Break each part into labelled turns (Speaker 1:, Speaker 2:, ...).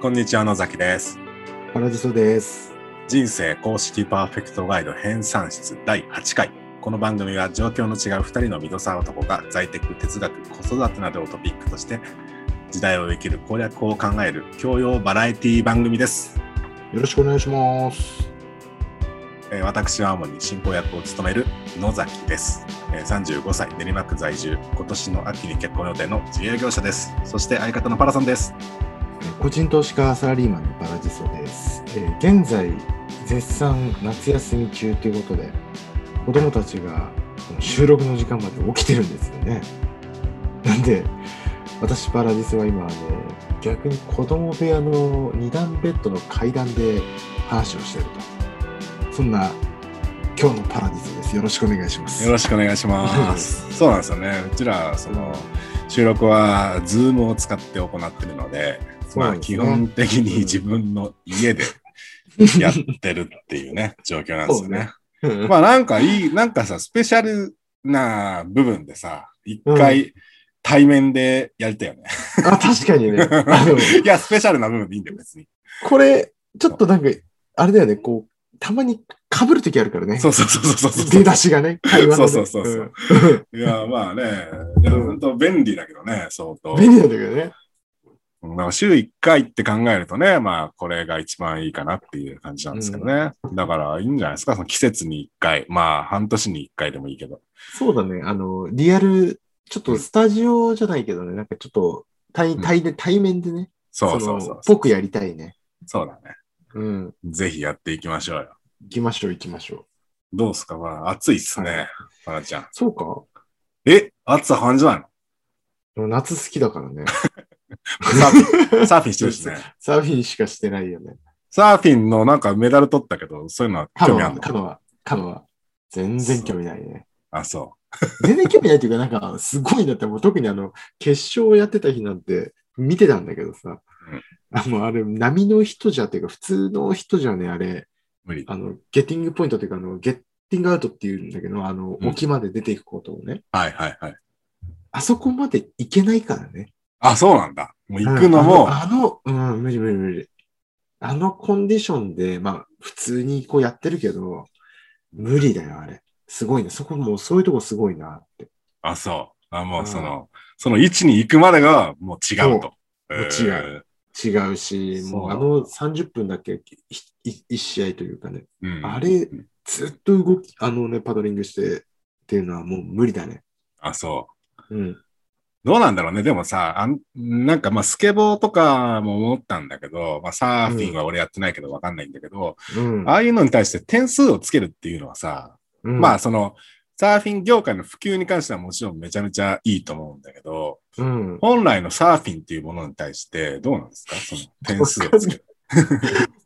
Speaker 1: こんにちは、野崎です。
Speaker 2: 原じそです。
Speaker 1: 人生公式パーフェクトガイド編纂室第8回。この番組は状況の違う2人のミドサー男が在宅、哲学、子育てなどをトピックとして時代を生きる攻略法を考える教養バラエティ番組です。
Speaker 2: よろしくお願いします。
Speaker 1: えー私は主に進行役を務める野崎です。えー35歳、練馬区在住、今年の秋に結婚予定の自営業者です。そして相方のパラさんです。
Speaker 2: えー個人投資家サラリーマンのパラジソです。えー現在、絶賛夏休み中ということで、子供たちがこの収録の時間まで起きてるんですよね。なんで、私パラジソは今、あの、逆に子供部屋の2段ベッドの階段で話をしてると。そんな、今日のパラジソです。よろしくお願いします。
Speaker 1: よろしくお願いし ます。そうなんですよね。うちら、その、収録は、ズームを使って行ってるので、
Speaker 2: そう
Speaker 1: ま
Speaker 2: なん
Speaker 1: あ、
Speaker 2: です
Speaker 1: 基
Speaker 2: ね
Speaker 1: 本的に自分の家 でやってるっていうね、状況なんですよね。
Speaker 2: うん
Speaker 1: まあ、なんかいい、なんかさ、スペシャルな部分でさ、一回対面でやりたいよね。
Speaker 2: あ、確かにね。あ の
Speaker 1: いや、スペシャルな部分でいいんだよ、別に。
Speaker 2: これ、ちょっとなんか、あれだよね、こう、たまに被るときあるからね。
Speaker 1: そうそうそうそうそう。
Speaker 2: 出だしがね、会話の ね
Speaker 1: そうそうそうそう。いや、まあね、いや本当便利だけどね、相当。
Speaker 2: うん便利なんだけどね。
Speaker 1: まあ、週1回って考えるとね、まあ、これが一番いいかなっていう感じなんですけどね。だから、いいんじゃないですか、その季節に1回。まあ、半年に1回でもいいけど。
Speaker 2: そうだね、あの、リアル、ちょっとスタジオじゃないけどね、なんかちょっと対、対で、対面でね、
Speaker 1: そうそうそう
Speaker 2: の。僕やりたいね。
Speaker 1: そうだね。
Speaker 2: うん。
Speaker 1: ぜひやっていきましょうよ。
Speaker 2: 行きましょう、行きましょう。
Speaker 1: どうすか、まあ、暑いっすね、パラちゃん。
Speaker 2: そうか
Speaker 1: え、暑さ感じないの
Speaker 2: でも夏好きだから ね。
Speaker 1: サーフィ ン、サーフィンしてるしね。
Speaker 2: サーフィンしかしてないよね。
Speaker 1: サーフィンのなんかメダル取ったけど、そういうのは
Speaker 2: カ
Speaker 1: 興
Speaker 2: ノ
Speaker 1: 味ある
Speaker 2: ア、
Speaker 1: の
Speaker 2: カノア、カノア。全然興味ないね。
Speaker 1: あ、そ
Speaker 2: 全然興味ないっていうか、なんか、すごいなって、もう特にあの、決勝をやってた日なんて見てたんだけどさ、
Speaker 1: うん
Speaker 2: あの、あれ、波の人じゃっていうか、普通の人じゃね、あれ、
Speaker 1: う。無理。
Speaker 2: あの、ゲッティングポイントっていうか、あの、ゲッティングアウトっていうんだけど、あの、
Speaker 1: うん
Speaker 2: 沖まで出ていくことをね、
Speaker 1: はいはいはい。
Speaker 2: あそこまで行けないからね。
Speaker 1: あ、そうなんだ。もう行くの
Speaker 2: うん
Speaker 1: も、
Speaker 2: あの、あのうん、無理無理無理。あのコンディションで、まあ、普通にこうやってるけど、無理だよ、あれ。すごいね。そこもう、そういうとこすごいなって。
Speaker 1: あ、そう。あ、もうそ
Speaker 2: あ
Speaker 1: の、その位置に行くまでがもう違うと。
Speaker 2: うもう違う
Speaker 1: えー
Speaker 2: 違うし、もうあの30分だっけ、いい一試合というかね、
Speaker 1: うん
Speaker 2: あれ、ずっと動き、あのね、パドリングしてっていうのはもう無理だね。
Speaker 1: あ、そ
Speaker 2: うん。
Speaker 1: う。どうなんだろうね。でもさ、あんなんかまあ、スケボーとかも思ったんだけど、まあ、サーフィンは俺やってないけどわかんないんだけど、
Speaker 2: うん
Speaker 1: ああいうのに対して点数をつけるっていうのはさ、
Speaker 2: うん
Speaker 1: まあ、その、サーフィン業界の普及に関してはもちろんめちゃめちゃいいと思うんだけど、
Speaker 2: うん。
Speaker 1: 本来のサーフィンっていうものに対してどうなんですかその点数をつける。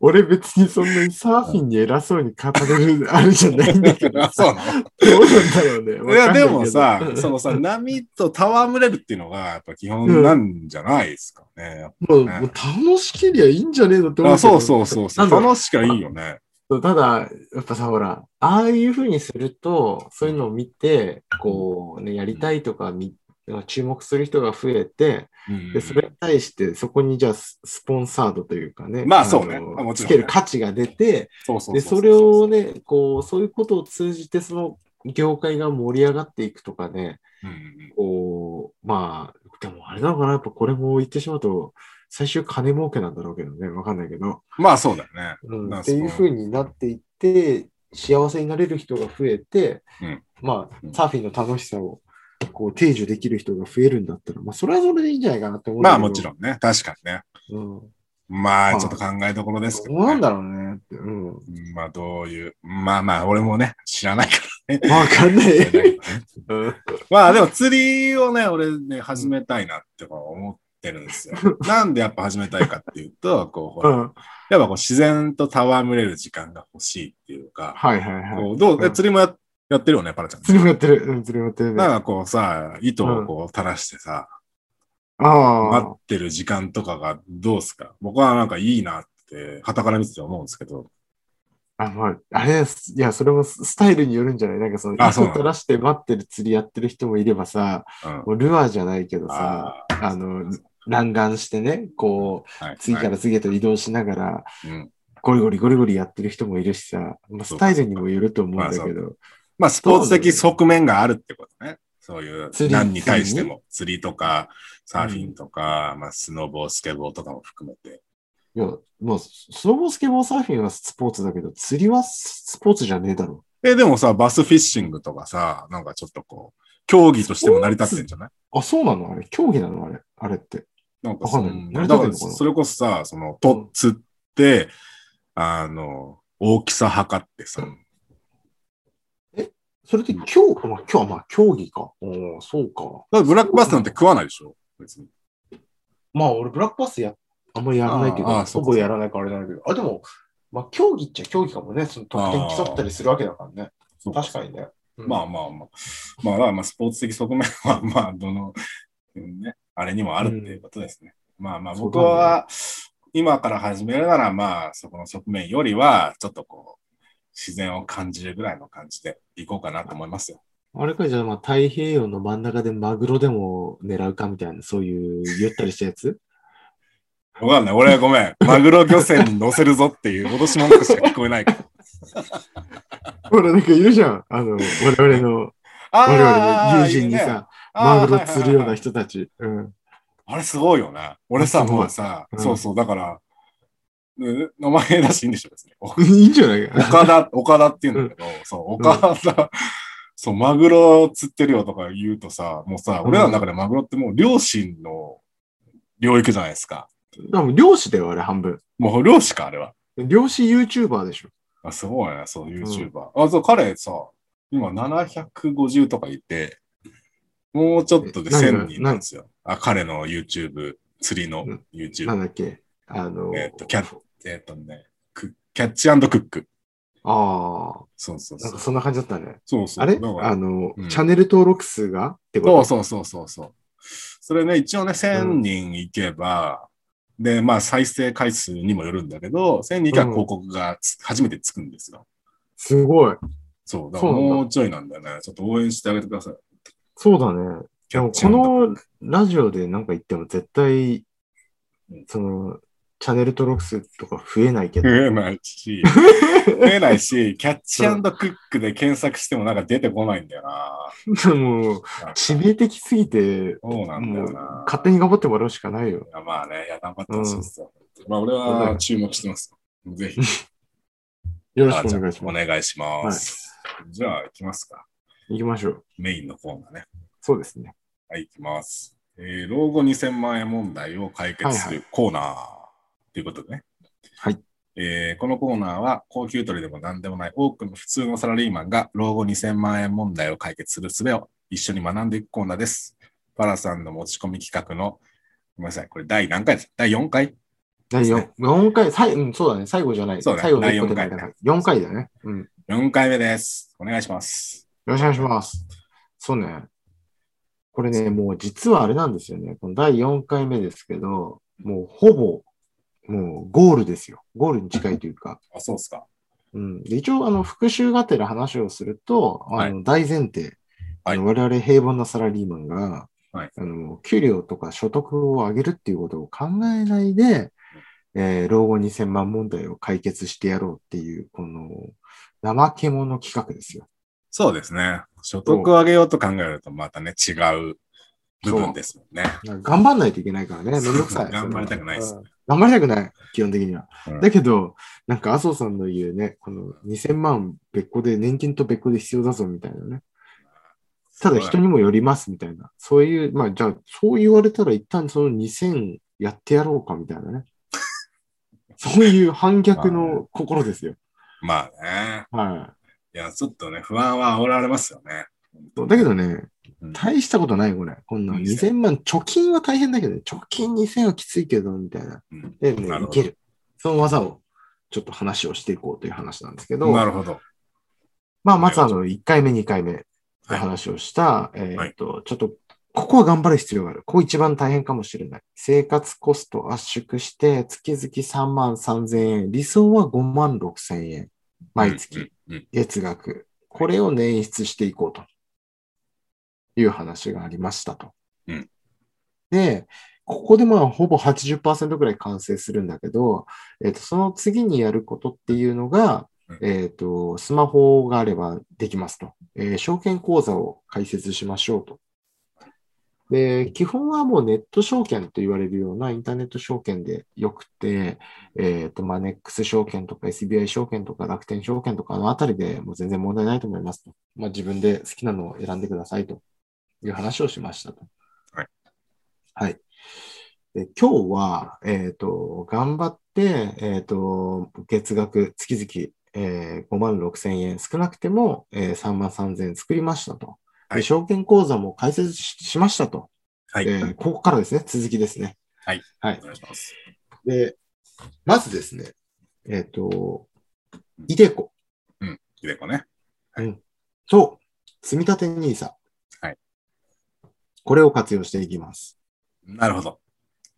Speaker 2: 俺別にそんなにサーフィンに偉そうに語れるあれじゃないんだけど
Speaker 1: あ、 そうなの
Speaker 2: どうなんだろうね。
Speaker 1: い
Speaker 2: わ
Speaker 1: や、
Speaker 2: かんな
Speaker 1: で
Speaker 2: けど
Speaker 1: も さ、そ
Speaker 2: うん
Speaker 1: のさ、波と戯れるっていうのが、やっぱ基本なんじゃないですかね。
Speaker 2: もうもう楽しけりゃいいんじゃねえのって思う
Speaker 1: あ
Speaker 2: けど
Speaker 1: そうそうそうそう。
Speaker 2: なんだろう
Speaker 1: 楽しかいいよね。
Speaker 2: ただ、やっぱさ、ほら、ああいうふうにすると、そういうのを見て、こう、ね、やりたいとかみ、注目する人が増えて、
Speaker 1: うん
Speaker 2: で、それに対して、そこにじゃあス、スポンサードというかね、
Speaker 1: まあそうね
Speaker 2: の
Speaker 1: まあもちろんね
Speaker 2: つける価値が出て、
Speaker 1: そうそう
Speaker 2: で、それをね、こう、そういうことを通じて、その業界が盛り上がっていくとかね、
Speaker 1: うんうん
Speaker 2: こう、まあ、でもあれなのかな、やっぱこれも言ってしまうと、最終金儲けなんだろうけどね、わかんないけど。
Speaker 1: まあそうだよね。
Speaker 2: うん
Speaker 1: なん
Speaker 2: っ
Speaker 1: か
Speaker 2: ていう風になっていって、幸せになれる人が増えて、
Speaker 1: うん
Speaker 2: まあ
Speaker 1: うん、
Speaker 2: サーフィンの楽しさをこう定住できる人が増えるんだったら、まあ、それはそれでいいんじゃないかなって思う
Speaker 1: まあもちろ
Speaker 2: ん
Speaker 1: んね。確かにね。
Speaker 2: だけど。うん。
Speaker 1: ま
Speaker 2: ま
Speaker 1: あ
Speaker 2: あ
Speaker 1: ちょっと考えどころですけ
Speaker 2: ど
Speaker 1: ど、
Speaker 2: うなん
Speaker 1: ね。
Speaker 2: だろうねって。うん。わ
Speaker 1: うんまあどういう、まあまあ俺もね、知らないか
Speaker 2: かんない。
Speaker 1: らね。
Speaker 2: うん
Speaker 1: まあでも釣りをね、俺ね、始めたいなって思ってるん ですよ。なんでやっぱ始めたいかっていうと、こう、ほ
Speaker 2: う
Speaker 1: ら、
Speaker 2: ん。
Speaker 1: やっぱこう自然と戯れる時間が欲しいっていうか、
Speaker 2: はいはいはい。
Speaker 1: こうどう
Speaker 2: う
Speaker 1: え
Speaker 2: ん
Speaker 1: 釣りもややってるよね、パラちゃん。
Speaker 2: 釣りもやってる。うん、釣りもやってるね。
Speaker 1: なん
Speaker 2: あ
Speaker 1: かこうさ、糸をこう垂らしてさ、待
Speaker 2: あ。
Speaker 1: ってる時間とかがどうすか僕はなんかいいなって、傍から見てて思うんですけど、
Speaker 2: あまあ、あれ、すいや、それもススタイルによるんじゃないなんかその、
Speaker 1: あそうな
Speaker 2: 糸
Speaker 1: の
Speaker 2: 垂らして待ってる釣りやってる人もいればさ、
Speaker 1: うん。
Speaker 2: もうルアーじゃないけどさ、
Speaker 1: あ
Speaker 2: あの、乱眼してね、こう、
Speaker 1: はい、
Speaker 2: 次から次へと移動しながら、
Speaker 1: はいうん
Speaker 2: ゴリゴリゴリゴリやってる人もいるしさ、まあ、スタイルにもよると思うんだけど、
Speaker 1: まあ、スポーツ的側面があるってことね。そういう
Speaker 2: 釣、り
Speaker 1: 何に対しても、釣りとか、サーフィンとか、まあ、スノボー、スケボーとかも含めて。
Speaker 2: いや、もう、スノボースケボーサーフィンはスポーツだけど、釣りはスポーツじゃねえだろ。
Speaker 1: え、でもさ、バスフィッシングとかさ、なんかちょっとこう、競技としても成り立ってんじゃない
Speaker 2: あ、そうなのあれ、競技なのあれ、あれって。
Speaker 1: なんかそ
Speaker 2: わかん
Speaker 1: ん
Speaker 2: ない
Speaker 1: だか
Speaker 2: 成り
Speaker 1: ら、
Speaker 2: 立ってんのかな
Speaker 1: それこそさ、その、
Speaker 2: う
Speaker 1: と
Speaker 2: ん、
Speaker 1: 釣って、あの、大きさ測ってさ、
Speaker 2: それって競、まあ、今日、まあ、競技か。おーそうか。
Speaker 1: だからブラックバスなんて食わないでしょ別に。
Speaker 2: まあ、俺、ブラックバスや、あんまりやらないけど、
Speaker 1: あーあーそう
Speaker 2: ほ
Speaker 1: か
Speaker 2: ぼやらないからあれだけど、あ、でも、まあ、競技っちゃ競技かもね。その得点競ったりするわけだからね。
Speaker 1: そう
Speaker 2: 確かにね。
Speaker 1: まあまあまあ。まあまあまあ、スポーツ的側面は、まあ、どの、うんね、あれにもあるっていうことですね。まあまあ、
Speaker 2: そう
Speaker 1: 僕
Speaker 2: だね
Speaker 1: は、今から始めるなら、まあ、そこの側面よりは、ちょっとこう、自然を感じるぐらいの感じでいこうかなと思いますよ。
Speaker 2: あれか、じゃあ、まあ、太平洋の真ん中でマグロでも狙うかみたいな、そういう、ゆったりしたやつ
Speaker 1: わかんない。俺はごめん。マグロ漁船に乗せるぞっていう脅し文句しか聞こ えないから。
Speaker 2: ほら、なんかいるじゃん。あの、我々 の、我々の友人に
Speaker 1: いいね
Speaker 2: さ、マグロ釣る
Speaker 1: あーはいはい
Speaker 2: ような。
Speaker 1: はいはい
Speaker 2: 人たち。うん。
Speaker 1: あれすごいよね。俺さ、もうさ、
Speaker 2: うん
Speaker 1: そうそう、だから、うん名前出していいんでしょ、別に。
Speaker 2: いいんじゃない かな。
Speaker 1: 岡田、岡田って言うんだけど、そう、岡田、そう、マグロ釣ってるよとか言うとさ、もうさ、
Speaker 2: うん
Speaker 1: 俺らの中でマグロってもう漁師の領域じゃないですか。
Speaker 2: でも漁師だよ、あれ、半分。
Speaker 1: もう漁師か、あれは。
Speaker 2: 漁師 YouTuber でしょ。
Speaker 1: あすごいね、そう、YouTuber。あ、そう、彼さ、今750とかいて、もうちょっとで
Speaker 2: え何が
Speaker 1: 1000人なんですよ。あ、彼の YouTube、釣りの
Speaker 2: うん
Speaker 1: YouTube
Speaker 2: な。んだっけ。あの、
Speaker 1: えっとキャッえっとね、クキャッチクック。
Speaker 2: ああ、
Speaker 1: そうそう
Speaker 2: な
Speaker 1: そ
Speaker 2: んか
Speaker 1: う。
Speaker 2: そんな感じだったね。
Speaker 1: そうそう。
Speaker 2: あれ
Speaker 1: だから
Speaker 2: あの、
Speaker 1: うん
Speaker 2: チャンネル登録数がってこと
Speaker 1: そうそうそうそうそう。それね、一応ね、1000人いけば、で、まあ、再生回数にもよるんだけど、1000人いけば
Speaker 2: うん
Speaker 1: 広告がつ、初めてつくんですよ。
Speaker 2: すごい。
Speaker 1: そう、だから
Speaker 2: そうなんだ
Speaker 1: もうちょいなんだよね。ちょっと応援してあげてください。
Speaker 2: そうだね。
Speaker 1: キ
Speaker 2: で
Speaker 1: ャ
Speaker 2: も
Speaker 1: ッチ
Speaker 2: このラジオでなんか言っても絶対、その、チャンネル登録数とか増えないけど
Speaker 1: 増。えない し、増えないし、キャッチクックで検索してもなんか出てこないんだよな。
Speaker 2: もう、
Speaker 1: なんか
Speaker 2: 致命的すぎて、
Speaker 1: そうなんだよな。
Speaker 2: 勝手に頑張ってもらうしかないよ。
Speaker 1: いやまあね、いや、頑張ってほしいですよ。まあ、俺
Speaker 2: そうだよ
Speaker 1: は注目してますよ。ぜひ、
Speaker 2: よろし
Speaker 1: あ
Speaker 2: く
Speaker 1: じ
Speaker 2: お
Speaker 1: ゃ
Speaker 2: 願いし
Speaker 1: あお願いしま
Speaker 2: ます。
Speaker 1: す。じゃあ、行きますか。
Speaker 2: 行きましょう。
Speaker 1: メインのコーナーね。
Speaker 2: そうですね。
Speaker 1: はい、行きます。えー老後2000万円問題を解決するコーナーということでね。
Speaker 2: はい。
Speaker 1: えーこのコーナーは高級取りでも何でもない多くの普通のサラリーマンが老後2000万円問題を解決する術を一緒に学んでいくコーナーです。パラさんの持ち込み企画の、ごめんなさい、これ第何回です第4回
Speaker 2: 第
Speaker 1: す
Speaker 2: 4,
Speaker 1: ね
Speaker 2: 四回、最うん、そうだね。最後じゃない。
Speaker 1: そうだね
Speaker 2: 最後の1個で
Speaker 1: 第四回
Speaker 2: ないから。4回だね。うん。よ
Speaker 1: ?4 回目です。お願いします。
Speaker 2: ろしくお願いします。そうね。これね、もう実はあれなんですよね。この第4回目ですけど、もうほぼ、もうゴールですよ。ゴールに近いという か。
Speaker 1: あ、そうですか。
Speaker 2: うん、で一応、あの、復習がてら話をすると、あの、大前提。
Speaker 1: はい
Speaker 2: あの我々平凡なサラリーマンが、
Speaker 1: はい
Speaker 2: あの、給料とか所得を上げるっていうことを考えないで、えー老後2000万問題を解決してやろうっていう、この、怠け者企画ですよ。
Speaker 1: そうですね。所得を上げようと考えるとまたね、違う部分ですもんね。
Speaker 2: なんか頑張んないといけないからね、めんどくさい。
Speaker 1: 頑張りたくないです
Speaker 2: うん頑張りたくない、基本的には。
Speaker 1: うん
Speaker 2: だけど、なんか麻生さんの言うね、この2000万別個で、年金と別個で必要だぞみたいなね。ただ人にもよりますみたいな。そういう、まあじゃあ、そう言われたら一旦その2000やってやろうかみたい なね。そういう反逆の心ですよ。
Speaker 1: まあね。
Speaker 2: はい
Speaker 1: や、ちょっとね、不安は煽られますよね。
Speaker 2: い。だけどね
Speaker 1: うん、
Speaker 2: 大したことない、これ。こんなん2000万、貯金は大変だけどね、貯金2000はきついけど、みたいな。
Speaker 1: うん
Speaker 2: で、ね、
Speaker 1: なるほ
Speaker 2: い
Speaker 1: ど
Speaker 2: ける。その技を、ちょっと話をしていこうという話なんですけど、
Speaker 1: なるほど。
Speaker 2: まあ、まずあの、1回目、2回目で話をした、えーっと、ちょっと、ここは頑張る必要がある。ここ一番大変かもしれない。生活コスト圧縮して、月々3万3000円。理想は5万6000円。毎月。
Speaker 1: うん。うん
Speaker 2: 月額。これを捻出していこうという話がありましたと。
Speaker 1: うん
Speaker 2: で、ここでまあほぼ80%ぐらい完成するんだけど、えっと、その次にやることっていうのが
Speaker 1: うん、
Speaker 2: えっと、スマホがあればできますと。えー証券口座を開設しましょうと。で、基本はもうネット証券と言われるようなインターネット証券でよくて、えっと、マネックス証券とか SBI 証券とか楽天証券とかあのあたりでもう全然問題ないと思いますと。まあ自分で好きなのを選んでくださいという話をしましたと。
Speaker 1: はい。
Speaker 2: はい。で今日は、えっ、と、頑張って、えっ、と、月額月々、え5万6千円、少なくても、え3万3千円作りましたと。で
Speaker 1: はい
Speaker 2: 証券口座も開設ししましたと、
Speaker 1: はい。
Speaker 2: えーここからですね、続きですね。
Speaker 1: はい。
Speaker 2: はい
Speaker 1: お。願いします。
Speaker 2: で、まずですね、えっ、と、イデコ
Speaker 1: ひでこね。
Speaker 2: と、積立 NISA。
Speaker 1: はい。
Speaker 2: これを活用していきます。
Speaker 1: なるほど。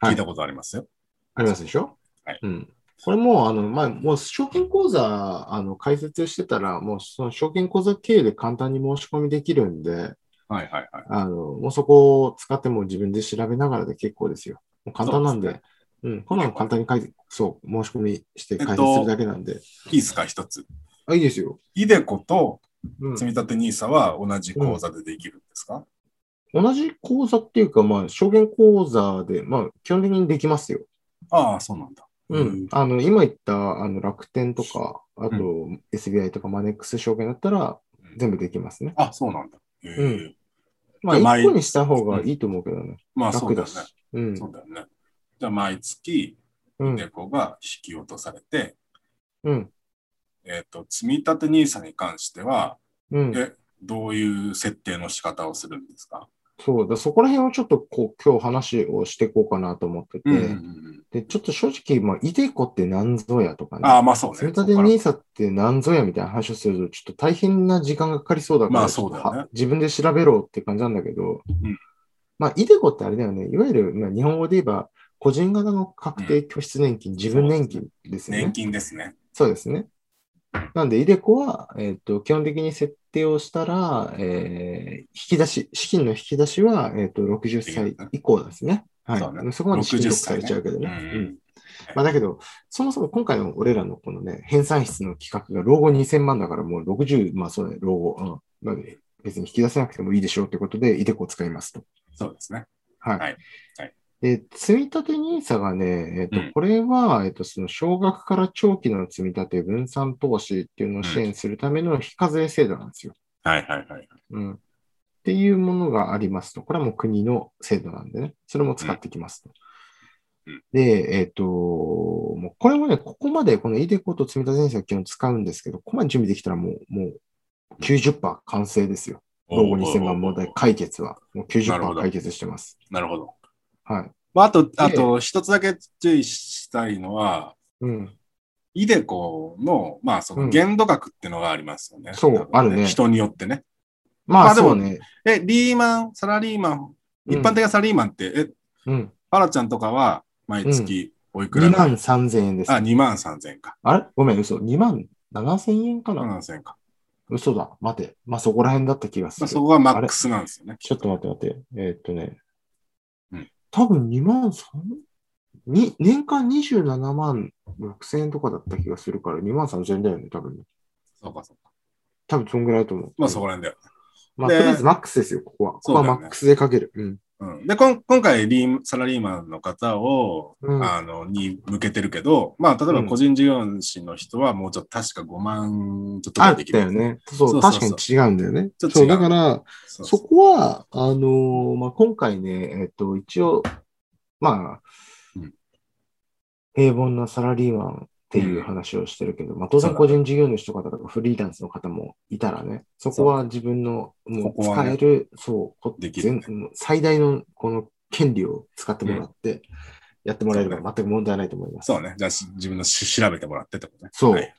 Speaker 2: はい
Speaker 1: 聞いたことありますよ。
Speaker 2: ありますでしょ
Speaker 1: はい
Speaker 2: うん。これもう、あの、まあ、もう証券口座、あの、開設してたら、もうその証券口座経由で簡単に申し込みできるんで、
Speaker 1: はい、はい、はい。
Speaker 2: あの、もうそこを使っても自分で調べながらで結構ですよ。もう簡単なんで、
Speaker 1: そうで
Speaker 2: うん、こんなの簡単に書いて、そう、申し込みして開
Speaker 1: えっ
Speaker 2: 設
Speaker 1: と
Speaker 2: するだけなんで。
Speaker 1: いいですか、一つ。
Speaker 2: あ、いいですよ。
Speaker 1: ひでこと
Speaker 2: うん
Speaker 1: 積み立て NISA は同じ口座でできるんですか、
Speaker 2: 同じ口座っていうか、まあ、証券口座で、まあ、基本的にできますよ。
Speaker 1: ああ、そうなんだ。
Speaker 2: うん。。あの、今言った、あの、楽天とか、あと、SBI とかマネックス証券だったら、全部できますね。
Speaker 1: あ、そうなんだ。へえ
Speaker 2: うんまあ、
Speaker 1: じゃあ
Speaker 2: 一個にした方がいいと思うけどね。
Speaker 1: まあ、そう
Speaker 2: 楽
Speaker 1: だよ
Speaker 2: だ
Speaker 1: ね
Speaker 2: し。。うん
Speaker 1: そう。だよね。じゃあ、毎月、
Speaker 2: う
Speaker 1: ひ
Speaker 2: ん
Speaker 1: で。こが引き落とされて、
Speaker 2: うん。
Speaker 1: えっ、と、積み立て NISA に関しては、
Speaker 2: うん。
Speaker 1: え、どういう設定の仕方をするんですか
Speaker 2: そうだ。そこら辺をちょっと、こう、今日話をしていこうかなと思って
Speaker 1: うんうんう
Speaker 2: て。
Speaker 1: ん。
Speaker 2: で、ちょっと正直、まあ、イデコって何ぞやとか
Speaker 1: あ
Speaker 2: ね。
Speaker 1: あ、まあそうね。
Speaker 2: 積立 NISA って何ぞやみたいな話をすると、ちょっと大変な時間がかかりそうだから、
Speaker 1: まあそうだよね
Speaker 2: ちょっとは自分で調べろって感じなんだけど、
Speaker 1: うん
Speaker 2: まあ、イデコってあれだよね、いわゆる、まあ、日本語で言えば、個人型の確定拠出年金、自分年金ですよね。
Speaker 1: 年金ですね。
Speaker 2: そうですね。なんで、イデコは、えっと基本的に設定をしたら、えー引き出し、資金の引き出しは、えっと60歳以降ですね。はい、
Speaker 1: そうだね
Speaker 2: そこまで資金
Speaker 1: 60
Speaker 2: 6されちゃうけど
Speaker 1: う
Speaker 2: ね。うん
Speaker 1: ん。
Speaker 2: まあ、だけど、そもそも今回の俺らのこのね、編纂室の企画が老後2000万だからもう60、まあそうだね、老後、うん。なんで別に引き出せなくてもいいでしょうってことで、イデコを使いますと。
Speaker 1: そうですね。
Speaker 2: はい。
Speaker 1: はいはい
Speaker 2: で、積み立て NISA がね、えっ、
Speaker 1: うん
Speaker 2: と、これは、えっ、と、その、少額から長期の積み立て分散投資っていうのを支援するための非課税制度なんですよ。
Speaker 1: はいはいはい。
Speaker 2: うん。っていうものがありますと。これはもう国の制度なんでね。それも使ってきますと。
Speaker 1: うんうん
Speaker 2: で、えっ、と、もうこれもね、ここまでこのイデコと積み立て NISA を基本使うんですけど、ここまで準備できたらもう、もう90%完成ですよ。老後2000万問題解決は。もう
Speaker 1: なるほ
Speaker 2: 90%
Speaker 1: ど
Speaker 2: 解決してます。
Speaker 1: なるほど。
Speaker 2: はい。
Speaker 1: まあ、あと、あと、一つだけ注意したいのは、
Speaker 2: うん。
Speaker 1: イデコの、まあ、その限度額っていうのがありますよね。
Speaker 2: んそう
Speaker 1: 多分
Speaker 2: あるね
Speaker 1: 人によってね。
Speaker 2: まあ、
Speaker 1: まあでも
Speaker 2: そうね。
Speaker 1: え、リーマン、サラリーマン、一般的なサラリーマンって、え、
Speaker 2: うん、うん。
Speaker 1: パラちゃんとかは、毎月、おいくら
Speaker 2: 2
Speaker 1: な
Speaker 2: 万
Speaker 1: の
Speaker 2: 3000円です。
Speaker 1: あ、
Speaker 2: あ
Speaker 1: 2万3千か。
Speaker 2: れごめん、嘘。2万7000円かな、
Speaker 1: 7千か。
Speaker 2: 嘘だ。待て。まあ、そこら辺だった気がす
Speaker 1: まあ、
Speaker 2: る。
Speaker 1: そこがマックスなんですよね。
Speaker 2: ちょっと待って待って。えーっとね。
Speaker 1: うん
Speaker 2: 多分2万3、に年間27万6千円とかだった気がするから、2万3千円だよね、多分ね。
Speaker 1: そうかそうか。
Speaker 2: 多分そんぐらいだと思う。
Speaker 1: まあ、そ
Speaker 2: うん
Speaker 1: こら辺だよ。
Speaker 2: まあ、
Speaker 1: で
Speaker 2: とりあえずマックスですよ、ここは。ここは
Speaker 1: そうだ
Speaker 2: マ
Speaker 1: よね
Speaker 2: ックスでかける。うん。
Speaker 1: うん、で、こん今回リー、サラリーマンの方を、
Speaker 2: うん
Speaker 1: あの、に向けてるけど、まあ、例えば個人事業主の人はもうちょっと確か5万ちょっと
Speaker 2: あ
Speaker 1: で
Speaker 2: っ
Speaker 1: でき
Speaker 2: た
Speaker 1: る。
Speaker 2: よ。ね。そう、
Speaker 1: そうそうそう
Speaker 2: 確かに違うんだよね。
Speaker 1: ちょっと違
Speaker 2: そ
Speaker 1: う
Speaker 2: う、だから、
Speaker 1: そう
Speaker 2: そ
Speaker 1: そう
Speaker 2: こは、あのーまあ、今回ね、えっと、一応、まあ
Speaker 1: うん、
Speaker 2: 平凡なサラリーマンっていう話をしてるけど、まあ、当
Speaker 1: そ
Speaker 2: 然
Speaker 1: うだ
Speaker 2: 個人事業主とかだとかフリーランスの方もいたらね、そこは自分のも
Speaker 1: こ
Speaker 2: う
Speaker 1: こは
Speaker 2: 使
Speaker 1: ね
Speaker 2: える、そうこ
Speaker 1: できるね
Speaker 2: 全もう最大のこの権利を使ってもらって、やってもらえれば
Speaker 1: そう
Speaker 2: 全く問題ないと思います。
Speaker 1: そうね。じゃあ、し自分のし調べてもらってってことね。
Speaker 2: そう
Speaker 1: はい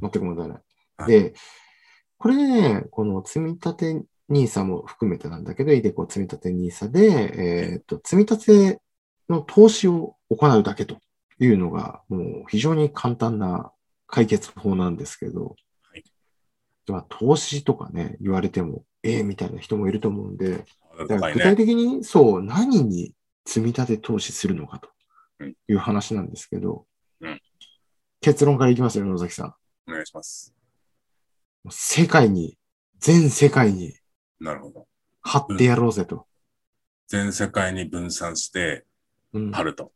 Speaker 2: 全く問題ない。
Speaker 1: はい
Speaker 2: で、これでね、この積み立て NISA も含めてなんだけど、イデコ積み立て NISA で、えっと、積み立ての投資を行うだけというのが、もう非常に簡単な解決法なんですけど、
Speaker 1: はい
Speaker 2: まあ投資とかね、言われても、ええみたいな人もいると思うんで、
Speaker 1: あ高
Speaker 2: だから
Speaker 1: い
Speaker 2: 具体
Speaker 1: ね。
Speaker 2: 的に、そう、何に積み立て投資するのかと
Speaker 1: うん
Speaker 2: いう話なんですけど、
Speaker 1: うん
Speaker 2: 結論からいきますよ、野崎さん。
Speaker 1: お願いします。
Speaker 2: もう世界に、全世界に
Speaker 1: なるほど。
Speaker 2: 貼ってやろうぜと。
Speaker 1: 全世界に分散して
Speaker 2: うん
Speaker 1: 貼ると。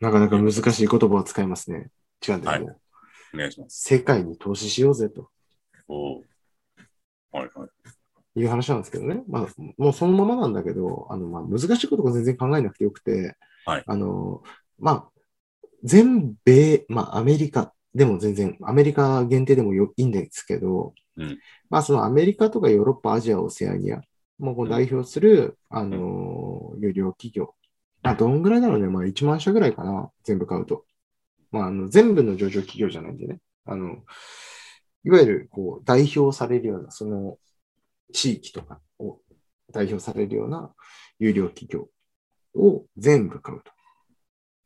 Speaker 2: なかなか難しい言葉を使いますね。違うんだよ、ね
Speaker 1: お願いします。
Speaker 2: 世界に投資しようぜと
Speaker 1: おーはいはい。
Speaker 2: いう話なんですけどね。まあ、もうそのままなんだけど、あの、まあ、難しいことが全然考えなくてよくて、
Speaker 1: はい
Speaker 2: あの、まあ、全米、まあ、アメリカでも全然、アメリカ限定でもよいいんですけど、
Speaker 1: うん
Speaker 2: まあ、そのアメリカとかヨーロッパ、アジア、オセアニア、もうこう代表する、あの、有料企業。まあ、どんぐらいだろうね。まあ、1万社ぐらいかな。全部買うと。まあ、あの、全部の上場企業じゃないんでね。あの、いわゆる、こう、代表されるような、その、地域とかを代表されるような有料企業を全部買うと。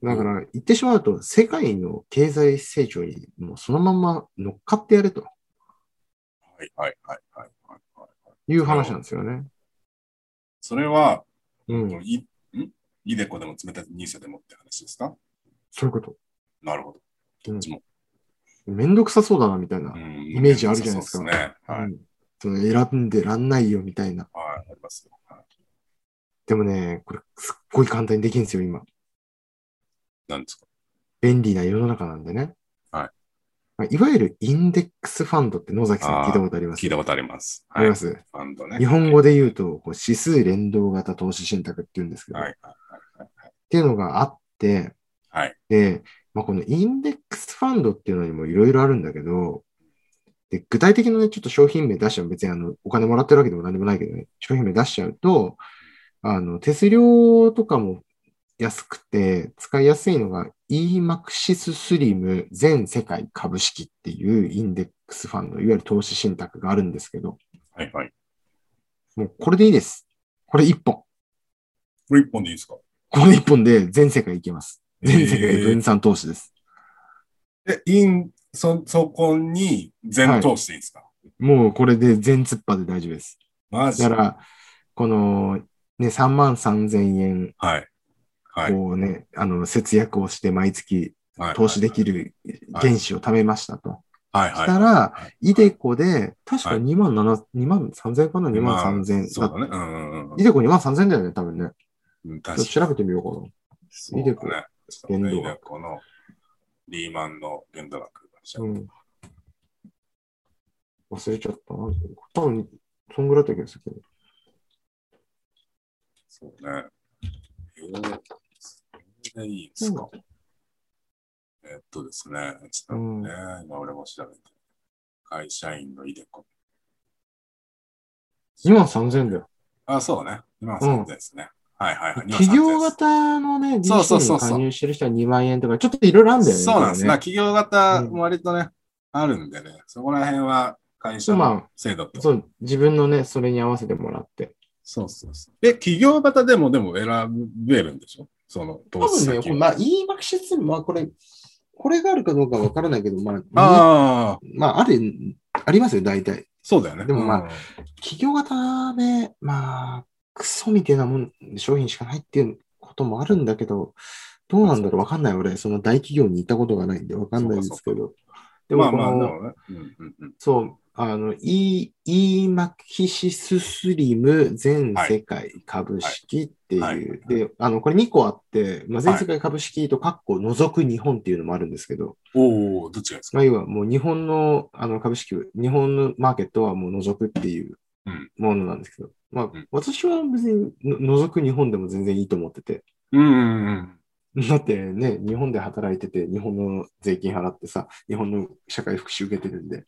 Speaker 2: だから、言ってしまうと、世界の経済成長にもうそのまんま乗っかってやれと
Speaker 1: はいはいはいはいはいはい。
Speaker 2: いう話なんですよね。
Speaker 1: それは、
Speaker 2: うん。
Speaker 1: いんイデコでも冷たいニーサでもって話ですか
Speaker 2: そういうこと。
Speaker 1: なるほど。どっちも。
Speaker 2: めんどくさそうだな、みたいな。
Speaker 1: うん
Speaker 2: イメージあるじゃないですか
Speaker 1: そうですね。はい。
Speaker 2: うんその選んでらんないよ、みたいな。
Speaker 1: はい、ありますよ。はい
Speaker 2: でもね、これすっごい簡単にできるんですよ、今。
Speaker 1: 何ですか
Speaker 2: 便利な世の中なんでね。
Speaker 1: はい
Speaker 2: まあ。いわゆるインデックスファンドって野崎さん聞いたことあります
Speaker 1: 聞いたことあります。
Speaker 2: あります。
Speaker 1: ファンド ね。
Speaker 2: 日本語で言うと、こう指数連動型投資信託って言うんですけど、
Speaker 1: はい
Speaker 2: っ
Speaker 1: はいはい
Speaker 2: ていうのがあって、
Speaker 1: はい。
Speaker 2: で、まあ、このインデックスファンドっていうのにもいろいろあるんだけど、で具体的なね、ちょっと商品名出しちゃう。別にあの、お金もらってるわけでも何でもないけどね、商品名出しちゃうと、あの、手数料とかも安くて、使いやすいのが EMAXIS SLIM 全世界株式っていうインデックスファンド、いわゆる投資信託があるんですけど、
Speaker 1: はい。はいはい。
Speaker 2: もうこれでいいです。これ一本。
Speaker 1: これ一本でいいですか
Speaker 2: この一本で全世界いけます。全世界
Speaker 1: えー
Speaker 2: 分散投資です。
Speaker 1: で、イン、そ、そこに全投資でいいですか、
Speaker 2: もうこれで全突破で大丈夫です。
Speaker 1: マジ
Speaker 2: だから、この、ね、3万3000円、
Speaker 1: はい。はい。
Speaker 2: こうね、あの、節約をして毎月
Speaker 1: はい
Speaker 2: 投資でき。る原資を貯めましたと。
Speaker 1: はい
Speaker 2: し
Speaker 1: はい。
Speaker 2: たら、イデコで、確か
Speaker 1: はい
Speaker 2: 2万7、2万3000円かな ?2
Speaker 1: ま
Speaker 2: 万
Speaker 1: あ
Speaker 2: 3000円。
Speaker 1: そうだね。うんうん
Speaker 2: イデコ2万3000円だよね、多分ね。
Speaker 1: うん。
Speaker 2: ちょっと
Speaker 1: 確か
Speaker 2: 調べてみようかな。
Speaker 1: に。
Speaker 2: イデコ
Speaker 1: そうだね。
Speaker 2: 限
Speaker 1: イ
Speaker 2: 度額
Speaker 1: デコのリーマンの限度額。
Speaker 2: うん。忘れちゃったな。多分、そんぐらいだった気がするけど。
Speaker 1: そうね。えー、それでいいですか、えーっとですね、ちょっとね、今俺も調べて。会社員のイデコ。
Speaker 2: 2万3000円だよ。
Speaker 1: あ、そうね。今
Speaker 2: うん
Speaker 1: 3000ですね。はいはいはい。
Speaker 2: 企業
Speaker 1: 型
Speaker 2: 型のね、
Speaker 1: そうそう
Speaker 2: DC
Speaker 1: そう
Speaker 2: に
Speaker 1: そう
Speaker 2: 加入してる人は2万円とか、ちょっといろいろあるんだよね。
Speaker 1: そうなんです。
Speaker 2: これ
Speaker 1: な
Speaker 2: ね。
Speaker 1: 企業型も割とね、あるんでね、そこら辺は会社の制度と。
Speaker 2: そう、自分のね、それに合わせてもらって。
Speaker 1: そうそうそう。で、企業型でもでも選べるんでしょその
Speaker 2: 多
Speaker 1: 投資
Speaker 2: 分ね、こ
Speaker 1: 先
Speaker 2: れ
Speaker 1: を。
Speaker 2: まあ、e m a x i s まあ、これ、これがあるかどうかわからないけど、まあ、
Speaker 1: ああ、
Speaker 2: まあ、ある、ありますよ、大体。
Speaker 1: そうだよね。
Speaker 2: でもまあ
Speaker 1: うん
Speaker 2: 企業型で、まあ、クソみたいなもん、商品しかないっていうこともあるんだけど、どうなんだろうわかんない。俺、その大企業に行ったことがないんで、わかんないですけど。で
Speaker 1: ま
Speaker 2: も
Speaker 1: あ
Speaker 2: こ
Speaker 1: まあ、
Speaker 2: の、
Speaker 1: でもね。うんうんうん。
Speaker 2: そう、あの、E、E マキシススリム全世界株式っていう、
Speaker 1: はいはい
Speaker 2: で、あの、これ2個あって、ま
Speaker 1: はい
Speaker 2: あ、全世界株式と括弧除く日本っていうのもあるんですけど、
Speaker 1: おおどっちがいいですか
Speaker 2: まあ、要はもう日本のあの株式、日本のマーケットはもう除くっていう
Speaker 1: うん
Speaker 2: ものなんですけど、まあ
Speaker 1: うん、
Speaker 2: 私は別にの除く日本でも全然いいと思ってて、
Speaker 1: うんうんうん。
Speaker 2: だってね、日本で働いてて、日本の税金払ってさ、日本の社会福祉受けてるんで、
Speaker 1: うん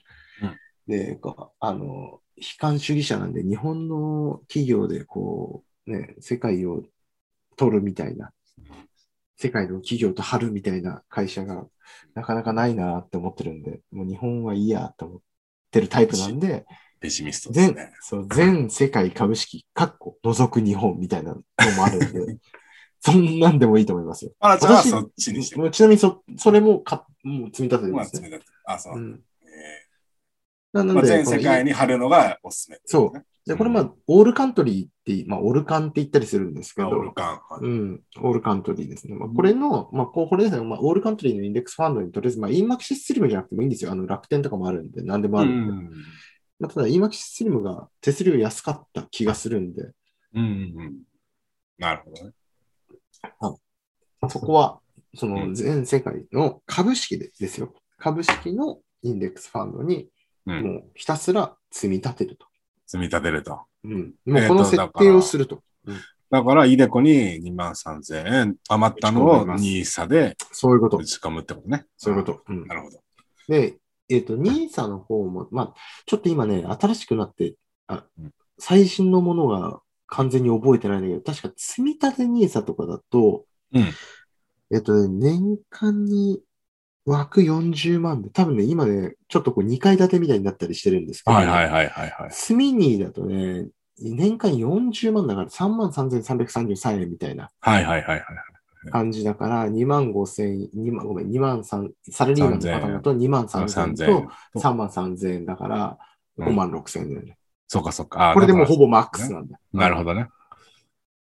Speaker 2: で、こうあの、悲観主義者なんで、日本の企業でこう、ね、世界を取るみたいな、世界の企業と張るみたいな会社がなかなかないなって思ってるんで、もう日本はいいやって思ってるタイプなんで、
Speaker 1: ペシミストです
Speaker 2: 全
Speaker 1: ね。
Speaker 2: そう全世界株式、かっこ、除く日本みたいなのもある んで、そんなんでもいいと思いますよ。
Speaker 1: あらちゃんは
Speaker 2: 私
Speaker 1: そっちにして
Speaker 2: もうちなみにそ、それもか、もう積み立て
Speaker 1: まあ、
Speaker 2: です
Speaker 1: 積み
Speaker 2: ね。
Speaker 1: 立て。あ、そうう。
Speaker 2: ん、
Speaker 1: え
Speaker 2: な
Speaker 1: ー
Speaker 2: な
Speaker 1: ま
Speaker 2: の
Speaker 1: あ
Speaker 2: で、
Speaker 1: 全
Speaker 2: この
Speaker 1: 世界に貼るのがおすすめ。
Speaker 2: そう。で、これまあ、オールカントリーってい、まあ、オールカンって言ったりするんですけ
Speaker 1: まあ
Speaker 2: ど、
Speaker 1: オールカン。
Speaker 2: うん、オールカントリーですね。まあ、これの、まあ、こうこれですね、まあ、オールカントリーのインデックスファンドにとりあえず、まあ、EMAX スリムじゃなくてもいいんですよ。あの、楽天とかもあるんで、何でもあ
Speaker 1: う
Speaker 2: るんで。
Speaker 1: ん。
Speaker 2: まあ、ただ、EMAX スリムが手数料安かった気がするんで、
Speaker 1: うんうん。なるほどね。
Speaker 2: そこは、そうの
Speaker 1: ん
Speaker 2: 全世界の株式でですよ。株式のインデックスファンドに、
Speaker 1: うん
Speaker 2: もうひたすら積み立てると。
Speaker 1: 積み立てると。
Speaker 2: うん。もうこの設定をすると。
Speaker 1: だから、イデコに2万3000円余ったのを NISA で
Speaker 2: そういうこと
Speaker 1: 打。ち込むってことね。
Speaker 2: そういうこと。うん
Speaker 1: なるほど。
Speaker 2: で、えっ、と、NISA の方も、まあ、ちょっと今ね、新しくなって、あ
Speaker 1: うん
Speaker 2: 最新のものが完全に覚えてないんだけど、確か積み立て NISA とかだと、
Speaker 1: うん
Speaker 2: えっ、とね、年間に枠40万で、多分ね、今ね、ちょっとこう2階建てみたいになったりしてるんですけど、
Speaker 1: はいはいはいはいはい。
Speaker 2: 積み2だとね、年間40万だから3万3333円みたいな
Speaker 1: はいはいはいはい。
Speaker 2: 感じだから、2万5千、2万、ごめん、2万3、サラリーマンの方だと2万3
Speaker 1: 3000
Speaker 2: 千と
Speaker 1: 円。
Speaker 2: 3万3000円だから、
Speaker 1: うん
Speaker 2: 5万6000円だよね。
Speaker 1: そうかそうか。あー
Speaker 2: これでもう
Speaker 1: だか
Speaker 2: ほぼマックスなんだ。
Speaker 1: らなるほどね。
Speaker 2: っ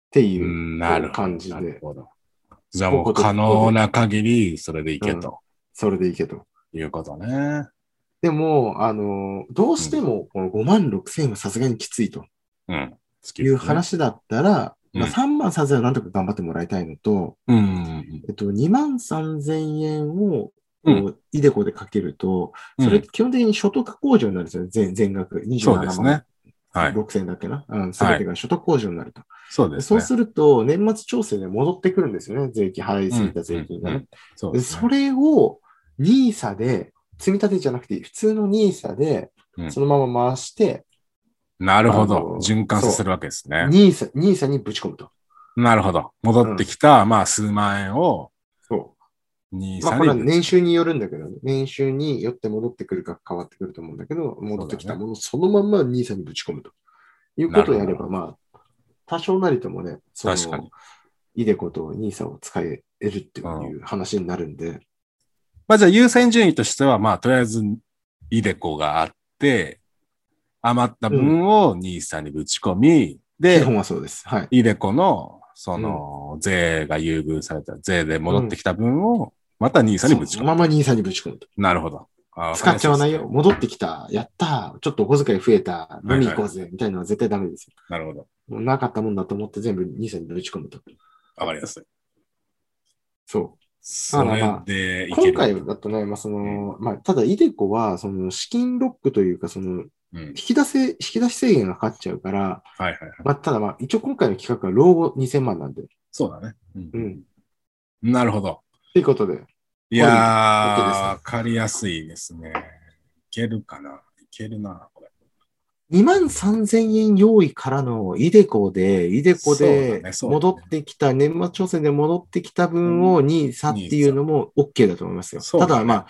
Speaker 2: ていうう。
Speaker 1: ん、なるほど。
Speaker 2: 感じで
Speaker 1: なるほど。じゃあもう可能な限り、それでいけと
Speaker 2: それでいいけど。
Speaker 1: いうことね。
Speaker 2: でも、あのー、どうしてもこの5万6000円はさすがにきついと
Speaker 1: うん。好き
Speaker 2: いう。話だったら、
Speaker 1: うん
Speaker 2: まあ、3万3000円はなんとか頑張ってもらいたいのと、
Speaker 1: うんうん
Speaker 2: えっと、2万3000円をこう
Speaker 1: うん。
Speaker 2: イデコでかけると、
Speaker 1: うん。
Speaker 2: それって基本的に所得控除になるんですよね、全全額。
Speaker 1: そう
Speaker 2: 27
Speaker 1: です
Speaker 2: 万
Speaker 1: ね。はい。
Speaker 2: 6000円だっけな。うん、すべてが所得控除になると。
Speaker 1: そうです
Speaker 2: そう
Speaker 1: ね。
Speaker 2: すると、年末調整で戻ってくるんですよね、税金、払いすぎた税金が
Speaker 1: うんうんう
Speaker 2: ね
Speaker 1: ん。そう
Speaker 2: で
Speaker 1: です
Speaker 2: そ
Speaker 1: ね。
Speaker 2: れを NISA で、積み立てじゃなくて、普通の NISA で
Speaker 1: う、ん
Speaker 2: そのまま回して、
Speaker 1: なるほ
Speaker 2: あの
Speaker 1: ど。循環させるわけですね。
Speaker 2: NISA、NISA にぶち込むと。
Speaker 1: なるほど。戻ってきた、まあ、数万円を
Speaker 2: そ
Speaker 1: 2、
Speaker 2: まあ、これは
Speaker 1: 3に。
Speaker 2: 年収によるんだけどね、年収によって戻ってくるか変わってくると思うんだけど、戻ってきたものをそのまんま NISA にぶち込むということをやれば、まあ、多少なりともね、その
Speaker 1: 確かに。
Speaker 2: イデコと NISA を使えるっていう話になるんで、
Speaker 1: まあ、じゃあ、優先順位としては、まあ、とりあえず、イデコがあって、余った分を兄さんにぶち込み、
Speaker 2: 基
Speaker 1: で、
Speaker 2: 本はそうです。はい。
Speaker 1: イデコの、その、税が優遇された、税で戻ってきた分を、また兄さんにぶち込
Speaker 2: その
Speaker 1: む。
Speaker 2: まま NISA にぶち込むと。
Speaker 1: なるほど。あ
Speaker 2: 使っちゃわないよ。。戻ってきた。やったー。ちょっとお小遣い増えた。飲み行こうぜ。みたいなのは絶対ダメですよ。
Speaker 1: わかりやすいですねなるほど。
Speaker 2: もうなかったもんだと思って全部 NISA にぶち込むと。
Speaker 1: わかりやすい。
Speaker 2: そ
Speaker 1: それで
Speaker 2: う。
Speaker 1: いけ
Speaker 2: 今
Speaker 1: る。
Speaker 2: 回だとね、まあ、その、まあ、ただ、イデコは、その、資金ロックというか、その、
Speaker 1: うん
Speaker 2: 引。き出せ、引き出し制限がかかっちゃうから、
Speaker 1: はいはいはい。
Speaker 2: まあ、ただ、まあ、一応今回の企画は老後2000万なんで。っ
Speaker 1: そうだね。
Speaker 2: う
Speaker 1: うん。なるほど。
Speaker 2: ていうことで、
Speaker 1: いやー、
Speaker 2: OK です
Speaker 1: わかりやすいですね。いけるかないけるな、これ。
Speaker 2: 2万3000円用意からのイデコで、イデコ
Speaker 1: そうだ
Speaker 2: で
Speaker 1: ねそうだね
Speaker 2: 戻ってきた、年末調整で戻ってきた分を NISA っていうのも OK だと思いますよ。
Speaker 1: そう
Speaker 2: た
Speaker 1: だね
Speaker 2: だまあ、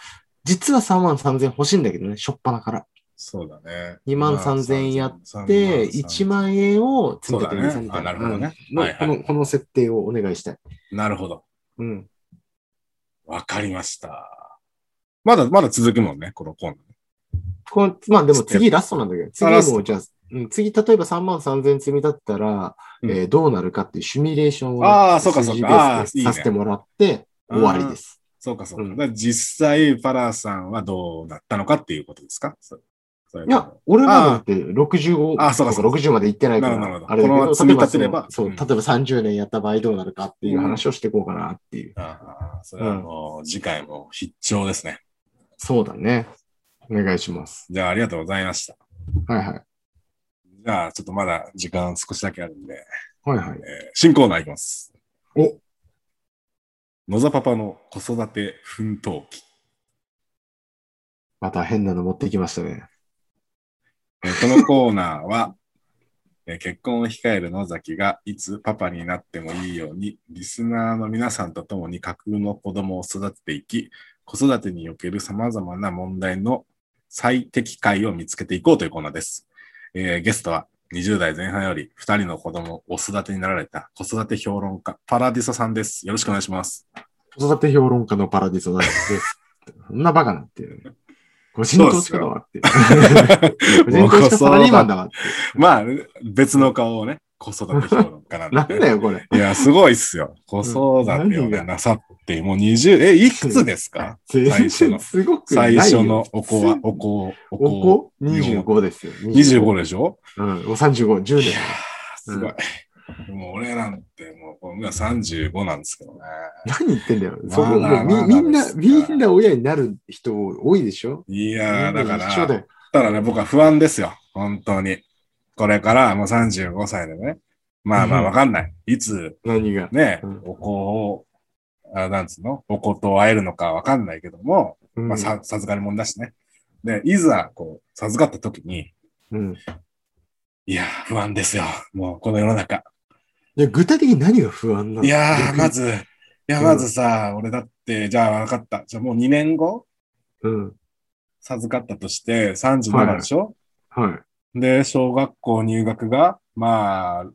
Speaker 2: 実は3万3000円欲しいんだけどね、しょっぱなから。
Speaker 1: そうだね。
Speaker 2: 2万3000円や
Speaker 1: っ
Speaker 2: で、1万円を積み立て
Speaker 1: そうだ
Speaker 2: NISA
Speaker 1: ね
Speaker 2: みたいな。
Speaker 1: あなるほどね
Speaker 2: うんの
Speaker 1: はいはい
Speaker 2: この、この設定をお願いしたい。
Speaker 1: なるほど。
Speaker 2: うん。
Speaker 1: わかりました。まだ、まだ続くもんね、このコーナー。
Speaker 2: このまあでも次ラストなんだけど、次
Speaker 1: ラス
Speaker 2: も
Speaker 1: ト
Speaker 2: うじゃあ、うん、次例えば3万3000円積み立てたら、
Speaker 1: うん
Speaker 2: えーどうなるかっていうシミュレーションを、
Speaker 1: あーそうかそうか
Speaker 2: 数字ベース
Speaker 1: あー
Speaker 2: で
Speaker 1: いいね
Speaker 2: させてもらって、終わりです。
Speaker 1: そうか、そう
Speaker 2: う
Speaker 1: か。
Speaker 2: ん
Speaker 1: だから実際、パラさんはどうなったのかっていうことですかそそれ
Speaker 2: いや、俺まだだって65
Speaker 1: あそうかそうか
Speaker 2: 60まで行ってないから、
Speaker 1: なるほど
Speaker 2: あれだけ
Speaker 1: このま
Speaker 2: ど、
Speaker 1: ま積み立てれば
Speaker 2: 例えばそう、
Speaker 1: うん
Speaker 2: 例えば30年やった場合どうなるかっていう話をしていこうかなっていう。
Speaker 1: ああ、それはもう、次回も必聴ですね。
Speaker 2: そうだね。お願いします。
Speaker 1: じゃあ、ありがとうございました。
Speaker 2: はいはい。
Speaker 1: じゃあ、ちょっとまだ時間少しだけあるんで、
Speaker 2: はいはい
Speaker 1: え。ー新コーナーいきます。
Speaker 2: お
Speaker 1: 野田パパの子育て奮闘記。
Speaker 2: また変なの持ってきましたね。
Speaker 1: えーこのコーナーは、 えー結婚を控える野崎がいつパパになってもいいように、リスナーの皆さんと共に架空の子供を育てていき、子育てにおける様々な問題の最適解を見つけていこうというコーナーです。えーゲストは20代前半より2人の子供をお育てになられた子育て評論家、パラディソさんです。よろしくお 願いします。
Speaker 2: 子育て評論家のパラディソだです。そんなバカなっていう。個人投資家だわって。個人
Speaker 1: もう
Speaker 2: 投資家サラリーマン
Speaker 1: だ。
Speaker 2: だわって。
Speaker 1: まあ、別の顔をね、子育て評論家なんで
Speaker 2: なんだよ、これ。
Speaker 1: いや、すごいっすよ。子育てを
Speaker 2: 何
Speaker 1: ね、
Speaker 2: が
Speaker 1: なさって、もう20、え、いくつですか
Speaker 2: 全
Speaker 1: 初の
Speaker 2: 然すごくない
Speaker 1: 最
Speaker 2: よ
Speaker 1: 初のお子は、お子を、お
Speaker 2: お
Speaker 1: 子を。
Speaker 2: こ ?25 ですよ。
Speaker 1: 25でしょ
Speaker 2: うん、もう35、10
Speaker 1: い
Speaker 2: 年
Speaker 1: や。ーすごい。もう俺なんて、もう、今35なんですけどね。
Speaker 2: 何言ってんだよ。
Speaker 1: ま
Speaker 2: そ
Speaker 1: だ
Speaker 2: こもう
Speaker 1: まだ
Speaker 2: みみん
Speaker 1: で
Speaker 2: な、
Speaker 1: すか
Speaker 2: みんな親になる人多いでしょ
Speaker 1: いやー、
Speaker 2: み
Speaker 1: だ
Speaker 2: んな
Speaker 1: か
Speaker 2: 一緒だ
Speaker 1: ら、
Speaker 2: よ。
Speaker 1: ただね、僕は不安ですよ。本当に。これから、もう35歳でね。まあまあ、
Speaker 2: うん
Speaker 1: わかんない。いつ、
Speaker 2: 何が。
Speaker 1: ね
Speaker 2: うん、
Speaker 1: お子を、あなんつうのお子と会えるのかわかんないけども、
Speaker 2: うん
Speaker 1: まあ、さ、授かり物だしね。で、いざ、こう、授かった時に、
Speaker 2: うん
Speaker 1: いやー、不安ですよ。もう、この世の中。
Speaker 2: いや具体的に何が不安なの
Speaker 1: いやー、ま
Speaker 2: ず。
Speaker 1: ず、いや、
Speaker 2: うん
Speaker 1: まずさ、俺だって、じゃあ、分かった。じゃあ、もう2年後、
Speaker 2: うん。
Speaker 1: 授かったとして、37でしょ、
Speaker 2: はい。
Speaker 1: で、小学校入学が、まあ、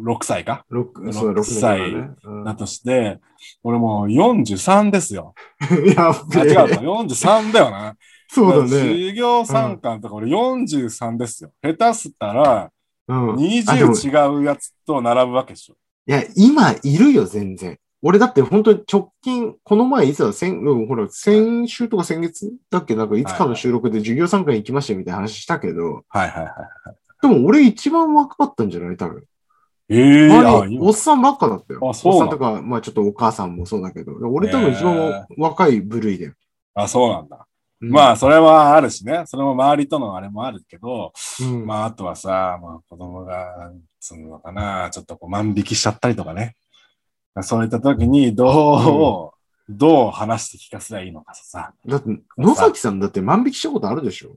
Speaker 1: 6歳か
Speaker 2: 六そう
Speaker 1: 六
Speaker 2: 六
Speaker 1: 歳
Speaker 2: 年だねうん
Speaker 1: だとして、俺もう43ですよ。
Speaker 2: やっ
Speaker 1: あ、
Speaker 2: べ
Speaker 1: 違う
Speaker 2: え
Speaker 1: か、43だよな。
Speaker 2: そうだね。
Speaker 1: 授業参観とか、俺43ですよ。下手したら、
Speaker 2: うん。いあでも
Speaker 1: 20違うやつと並ぶわけでしょ。
Speaker 2: や、今いるよ、全然。俺だって本当に直近、この前いつだ、先、うん、ほら、先週とか先月だっけなんかいつかの収録で授業参観行きましたよみたいな話したけど、
Speaker 1: はいはいはい。
Speaker 2: でも俺一番若かったんじゃない多分。
Speaker 1: ええ
Speaker 2: 周
Speaker 1: ー、
Speaker 2: り
Speaker 1: い
Speaker 2: おっさんばっかだったよ。
Speaker 1: あそう
Speaker 2: お
Speaker 1: なの
Speaker 2: っさんとか、まあちょっとお母さんもそうだけど、俺多分一番若い部類だよ。
Speaker 1: あ、そうなんだ。
Speaker 2: うん
Speaker 1: まあ、、それはあるしね。それも周りとのあれもあるけど、
Speaker 2: うん
Speaker 1: まあ、あとはさ、まあ、子供が、なんつうのかな、ちょっとこう万引きしちゃったりとかね。そういった時に、どう、どう話して聞かせりゃいいのかさ。
Speaker 2: だって、野崎さんだって万引きしたことあるでしょ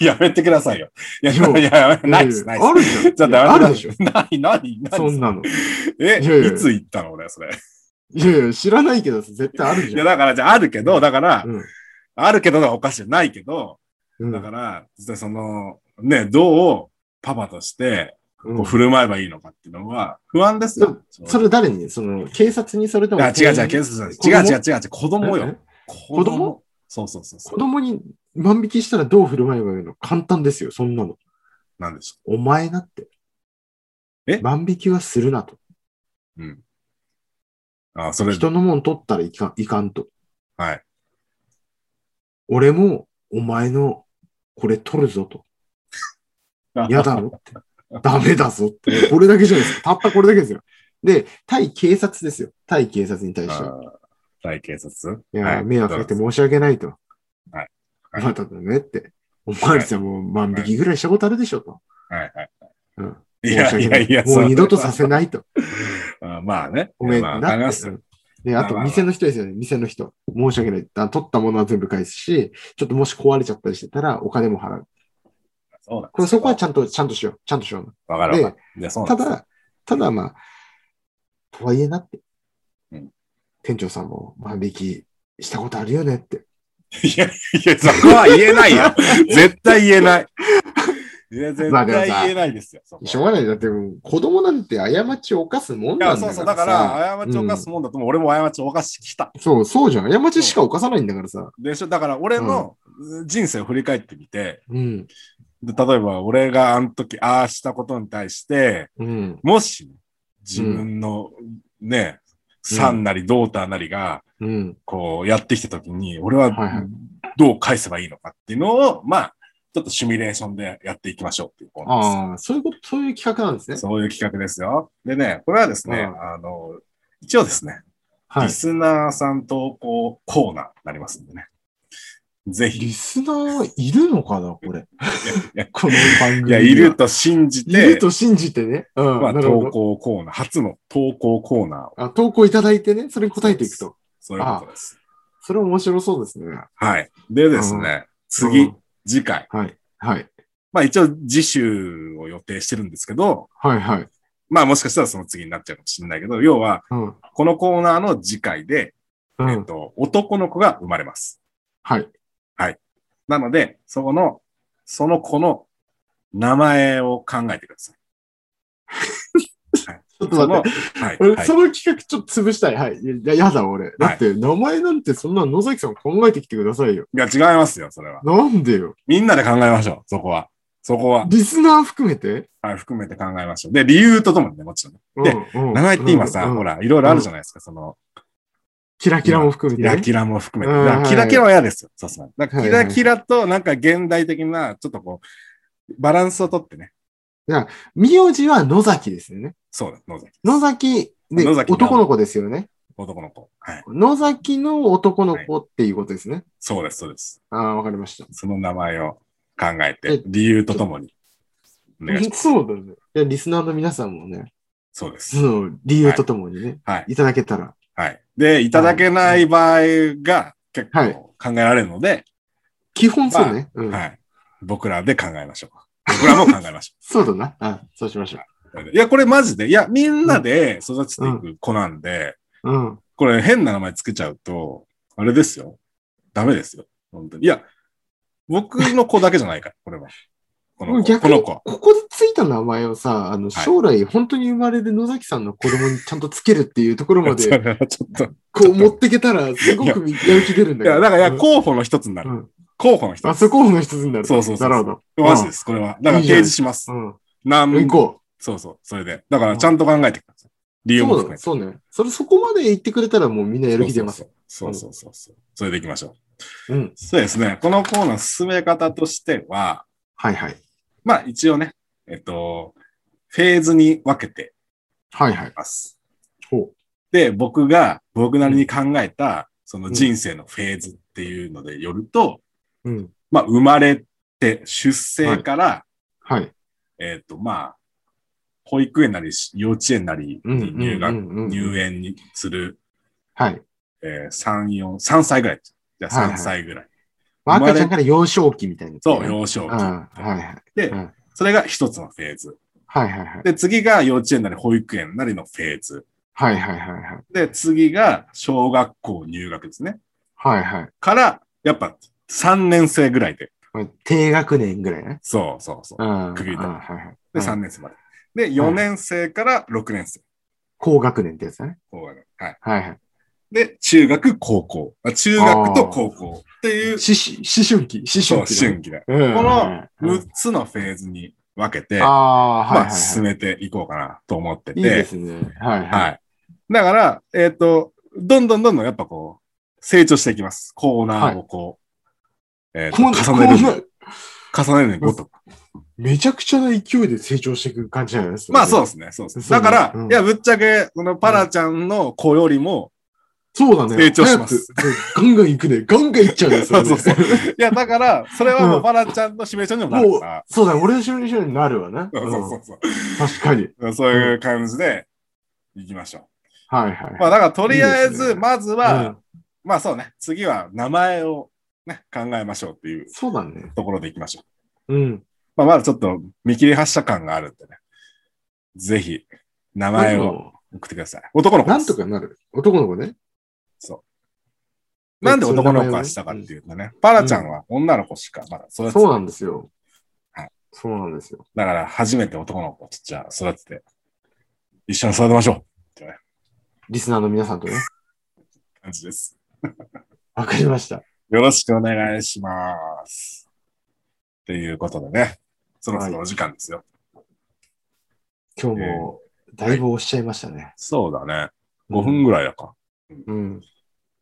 Speaker 1: やめてくださいよ。いや、い
Speaker 2: いや
Speaker 1: や、やめないです、
Speaker 2: い
Speaker 1: な
Speaker 2: や
Speaker 1: い
Speaker 2: い
Speaker 1: で
Speaker 2: やあ
Speaker 1: す。
Speaker 2: るじゃん。
Speaker 1: じゃあ
Speaker 2: いや
Speaker 1: ダ
Speaker 2: あ
Speaker 1: メだ
Speaker 2: るでしょ。
Speaker 1: ない、ない、ない。
Speaker 2: そんなの。
Speaker 1: え、
Speaker 2: いやいや
Speaker 1: いつ行ったの俺、それ。
Speaker 2: いやいや、知らないけどさ、絶対ある
Speaker 1: い
Speaker 2: じゃ
Speaker 1: や、
Speaker 2: ん。
Speaker 1: だから、じゃあ、あるけど、だから、
Speaker 2: うん
Speaker 1: あるけどがおかしいじゃないけど、
Speaker 2: うん
Speaker 1: だから、実際その、ね、どうパパとして、こ
Speaker 2: う
Speaker 1: うん振る舞えばいいのかっていうのは、不安ですよ。
Speaker 2: それ誰にその、警察にそれと
Speaker 1: い
Speaker 2: も。
Speaker 1: や違う違う、
Speaker 2: 警
Speaker 1: 警察
Speaker 2: 子
Speaker 1: じゃない。違う
Speaker 2: 供
Speaker 1: 違う違う違う、子供よ。。子
Speaker 2: 子供
Speaker 1: そうそうそうそ
Speaker 2: 子供に万引きしたらどう振る舞えばいいの簡単ですよ、そんなの。
Speaker 1: う。なんでしょ
Speaker 2: お前だって。
Speaker 1: え
Speaker 2: 万引きはするなと。
Speaker 1: う。うん。あ、それ、
Speaker 2: 人のもん取ったらいかんいかんと。
Speaker 1: はい。
Speaker 2: 俺も、お前の、これ取るぞ と。嫌だろって。ダメだぞって。これだけじゃないですか。たったこれだけですよ。で、対警察ですよ。対警察に対しては。
Speaker 1: あ。大警察
Speaker 2: いや、迷惑かけて申し訳ないと。
Speaker 1: はいはい
Speaker 2: まただねって。おまわりさんも万引きぐらいしたことあるでしょと。
Speaker 1: はいはい。
Speaker 2: うん
Speaker 1: いやいやいや、
Speaker 2: もう二度とさ
Speaker 1: な
Speaker 2: せないと。
Speaker 1: い。まあね。
Speaker 2: ごめん
Speaker 1: まあ、
Speaker 2: な
Speaker 1: わ
Speaker 2: って
Speaker 1: かります
Speaker 2: う
Speaker 1: よ。
Speaker 2: んで、
Speaker 1: ま
Speaker 2: あ
Speaker 1: あまあ
Speaker 2: と、
Speaker 1: まあ
Speaker 2: 店の人ですよね。店の人。申し訳ない。あ取ったものは全部返すし、ちょっともし壊れちゃったりしてたら、お金も払う。
Speaker 1: そうなんですよ
Speaker 2: これそこはちゃんと、ちゃんとしよう。ちゃんとしよう。
Speaker 1: わかるわかる。で、そうな
Speaker 2: た
Speaker 1: んですよ
Speaker 2: だ、ただまあ、とはいえなって。
Speaker 1: うん
Speaker 2: 店長さんも万引きしたことあるよねって。
Speaker 1: いや、いや、そこは言えないよ。 絶対言えない。いや、絶
Speaker 2: まあでもさ
Speaker 1: 対言えないですよ。そこは
Speaker 2: しょうがない。だってもう子供なんて過ちを犯すもん
Speaker 1: い
Speaker 2: な
Speaker 1: や、
Speaker 2: んだから
Speaker 1: そう
Speaker 2: さ
Speaker 1: そう。だから、過ちを犯すもんだと思う。俺も過ちを犯してきた。
Speaker 2: そう、そうじゃん。過ちしか犯さないんだからさ。
Speaker 1: でしょだから、俺の人生を振り返ってみて、
Speaker 2: うん。
Speaker 1: で例えば、俺があの時、ああしたことに対して、
Speaker 2: うん。
Speaker 1: もし、自分のね、
Speaker 2: うん
Speaker 1: さんなり、ドーターなりが、
Speaker 2: うん。
Speaker 1: こう、やってきた時に、俺
Speaker 2: はいは、
Speaker 1: はいどう返せばいいのかっていうのを、まあ、ちょっとシミュレーションでやっていきましょうっていうコーナーです。
Speaker 2: ああ、そういうこと、そういう企画なんですね。
Speaker 1: そういう企画ですよ。でね、これはですね、
Speaker 2: う
Speaker 1: あの、一応ですね、
Speaker 2: はい
Speaker 1: リ。スナーさん投稿コーナーになりますんでね。ぜひ。い
Speaker 2: リスナーいるのかなこれ。 この番組。
Speaker 1: や、いる。と信じ
Speaker 2: いる
Speaker 1: て、
Speaker 2: と信じてね。うん。
Speaker 1: まあ、
Speaker 2: なるほ
Speaker 1: 投
Speaker 2: ど。
Speaker 1: 稿コーナー、初の投稿コーナーを、
Speaker 2: あ、投稿いただいてね、それに答えていくと。
Speaker 1: そういうことです。
Speaker 2: それ面白そうですね。
Speaker 1: はい。でですね、
Speaker 2: う
Speaker 1: 次
Speaker 2: ん、
Speaker 1: 次回。
Speaker 2: はい。はい。
Speaker 1: まあ、一応、次週を予定してるんですけど、
Speaker 2: はいはい。
Speaker 1: まあ、もしかしたらその次になっちゃうかもしれないけど、要は、
Speaker 2: うん。
Speaker 1: このコーナーの次回で、
Speaker 2: う
Speaker 1: えっ
Speaker 2: ん。
Speaker 1: と、男の子が生まれます。
Speaker 2: はい。
Speaker 1: なので、そこの、その子の名前を考えてください。
Speaker 2: ょっと待って。
Speaker 1: はい
Speaker 2: 俺、
Speaker 1: はい
Speaker 2: その企画ちょっと潰したい。はい。いや、やだ、俺。だって、名前なんてそんなの野崎さん考えてきてくださいよ。
Speaker 1: いや、違いますよ、それは。
Speaker 2: なんでよ。
Speaker 1: みんなで考えましょう、そこは。そこは、
Speaker 2: リスナー含めて
Speaker 1: はい、含めて考えましょう。で、理由とともにね、もちろんね。で
Speaker 2: うんうん
Speaker 1: 名前って今さ、
Speaker 2: うん
Speaker 1: ほら、いろいろあるじゃないですか、その、
Speaker 2: キラキラも含めて
Speaker 1: キ
Speaker 2: ね。
Speaker 1: ラキラも含め
Speaker 2: う
Speaker 1: て。
Speaker 2: ん
Speaker 1: だからキラキラは嫌ですよ、さすがに。だから
Speaker 2: は
Speaker 1: キ
Speaker 2: いは
Speaker 1: ラ
Speaker 2: い
Speaker 1: キラと、なんか現代的な、ちょっとこう、バランスをとってね。
Speaker 2: 名字は野崎ですよね。
Speaker 1: そうだ、野崎。
Speaker 2: 野崎で
Speaker 1: 野崎
Speaker 2: 男の子ですよね。
Speaker 1: 男の子。はい。
Speaker 2: 野崎の男の子っていうことですね。
Speaker 1: そうです、そうです。
Speaker 2: ああ、わかりました。
Speaker 1: その名前を考えて
Speaker 2: え、
Speaker 1: 理由とともに。お願いします。
Speaker 2: そうだね。いや、リスナーの皆さんもね、
Speaker 1: そうで
Speaker 2: そ
Speaker 1: す。
Speaker 2: の理由とともにね、
Speaker 1: はい。
Speaker 2: いただけたら。
Speaker 1: はい。で、いただけない場合が結
Speaker 2: はい
Speaker 1: 構考えられるので、
Speaker 2: 基本そうね。うん
Speaker 1: はい。僕らで考えましょう。僕らも考えまし
Speaker 2: そうだな。あ そうしましょ
Speaker 1: ょう。いや、これマジで、いや、みんなで育てていく子なんで、
Speaker 2: う。うん。
Speaker 1: これ変な名前つけちゃうと、あれですよ。ダメですよ。本当に。いや、僕の子だけじゃないから、これは。この子。
Speaker 2: 逆
Speaker 1: こ
Speaker 2: に
Speaker 1: の
Speaker 2: こ
Speaker 1: 子。
Speaker 2: こでついた名前をさ、あ
Speaker 1: は
Speaker 2: の、
Speaker 1: い
Speaker 2: 将来本当に生まれる野崎さんの子供にちゃんとつけるっていうところま
Speaker 1: そ
Speaker 2: で、
Speaker 1: れ はちょっと。
Speaker 2: こう持ってけたら、すごくやる気出るん
Speaker 1: い
Speaker 2: だけど。
Speaker 1: や、だから、いや
Speaker 2: うん
Speaker 1: 候補の一つになる。
Speaker 2: うん
Speaker 1: 候補の一つ。
Speaker 2: あそこの一つになる。
Speaker 1: そうそうそう
Speaker 2: なるほど。
Speaker 1: マジです、これは。だから
Speaker 2: い
Speaker 1: 提
Speaker 2: いじゃん
Speaker 1: 示します。
Speaker 2: うん。
Speaker 1: 何
Speaker 2: 行こ
Speaker 1: そうそう、それで。だから、ちゃんと考えてください。理
Speaker 2: う。
Speaker 1: 由も
Speaker 2: そう
Speaker 1: 含
Speaker 2: だ、
Speaker 1: めて。
Speaker 2: そうね。それそこまで言ってくれたらもうみんなやる気出ます。
Speaker 1: そうそうそうそう。それでいきましょう。
Speaker 2: うん。
Speaker 1: そうですね。このコーナー進め方としては、
Speaker 2: はいはい。
Speaker 1: まあ一応ね、えっと、フェーズに分けて
Speaker 2: はいはい
Speaker 1: い。ます。
Speaker 2: ほ
Speaker 1: で、僕が僕なりに考えた、その人生のフェーズっていうのでよると、
Speaker 2: う。うん。
Speaker 1: まあ生まれて出生から、
Speaker 2: はい。
Speaker 1: えっとまあ、保育園なり幼稚園なりに入学、入
Speaker 2: 園。
Speaker 1: 園にする、
Speaker 2: はい。
Speaker 1: えー、3、4、3歳ぐらい。じゃ
Speaker 2: は
Speaker 1: あ
Speaker 2: いはい
Speaker 1: 3歳ぐらい。
Speaker 2: まあ、
Speaker 1: 生まれ
Speaker 2: 赤ちゃんから幼少期みたいな、
Speaker 1: そう、
Speaker 2: 期。
Speaker 1: 幼少
Speaker 2: うん。
Speaker 1: 期。
Speaker 2: はいはい。
Speaker 1: で
Speaker 2: うん
Speaker 1: それが一つのフェーズ。
Speaker 2: はいはいはい。
Speaker 1: で、次が幼稚園なり保育園なりのフェーズ。
Speaker 2: はいはいはいはい。
Speaker 1: で、次が小学校入学ですね。
Speaker 2: はいはい
Speaker 1: から、やっぱ3年生ぐらいで。
Speaker 2: まあ。低学年ぐらいね。
Speaker 1: そうそうそうう。
Speaker 2: ん。
Speaker 1: 区切りだ
Speaker 2: うんはいはい。
Speaker 1: で、
Speaker 2: うん
Speaker 1: 3年生まで。で、4年生から6年生。
Speaker 2: 高学年ってやつだね。
Speaker 1: こうなるはい。
Speaker 2: はいはい。
Speaker 1: で、中学、高校。あ中学と高校っていう、
Speaker 2: しし思春期、
Speaker 1: そう、
Speaker 2: 思春
Speaker 1: 思
Speaker 2: 期だね。
Speaker 1: 春期だ。こ
Speaker 2: うん
Speaker 1: の
Speaker 2: うん
Speaker 1: 6つのフェーズに分けて、
Speaker 2: ああ、はいはい
Speaker 1: ま
Speaker 2: は
Speaker 1: あ、
Speaker 2: い。
Speaker 1: 進めていこうかなと思ってて。
Speaker 2: いいですね。はいは。
Speaker 1: はいい。だから、えっ、と、どんどんどんどんやっぱこう、成長していきます。コーナーをこう、えっ、
Speaker 2: こん
Speaker 1: と、重ね
Speaker 2: こん
Speaker 1: る
Speaker 2: な
Speaker 1: の、重ねるのにごとく。
Speaker 2: めちゃくちゃな勢いで成長していく感じじゃないですか。
Speaker 1: まあそうですね、そうですね。だから、
Speaker 2: そうねうん
Speaker 1: いや、ぶっちゃけ、このパラちゃんの子よりも、
Speaker 2: そうだね。
Speaker 1: 成長します
Speaker 2: 早く。そうガンガン行くね。ガンガン行っちゃうね。れね
Speaker 1: そうそういや、だから、それはも
Speaker 2: う
Speaker 1: うんパラちゃんのシミュレーションにもな
Speaker 2: も
Speaker 1: る
Speaker 2: う
Speaker 1: から、、
Speaker 2: そうだね。俺の趣味趣味になるわな。
Speaker 1: そうそうそうそう
Speaker 2: うん確かに。
Speaker 1: そうそういう感じで、いきましょ。
Speaker 2: はいはいうはい。
Speaker 1: まあ、だから、とりあえ
Speaker 2: いいで
Speaker 1: ず、
Speaker 2: すね
Speaker 1: まず
Speaker 2: う
Speaker 1: は
Speaker 2: ん、
Speaker 1: まあそうね、次は名前を、ね、考えましょうっていう
Speaker 2: そうだね。
Speaker 1: ところでいきましょう。
Speaker 2: うん。
Speaker 1: まあ、まだちょっと見切り発車感があるんでね。ぜひ、名前を送ってください。男の子
Speaker 2: な
Speaker 1: で
Speaker 2: ん
Speaker 1: す
Speaker 2: と。かなる。男の子ね。
Speaker 1: なんで男の子はしたかっていうとね、パラちゃんは女の子しかまだ育てて
Speaker 2: そうなんですよ
Speaker 1: はい。
Speaker 2: そうなんですよ。
Speaker 1: だから初めて男の子をじゃあ育てて、一緒に育てましょうってね
Speaker 2: リスナーの皆さんとね。
Speaker 1: 感じです。
Speaker 2: わかりました。
Speaker 1: よろしくお願いします。ということでね、そろそろお時間ですよ。
Speaker 2: 今日も、だいぶ押しちゃいましたね。
Speaker 1: そうだね。5分ぐらいだか。
Speaker 2: うん。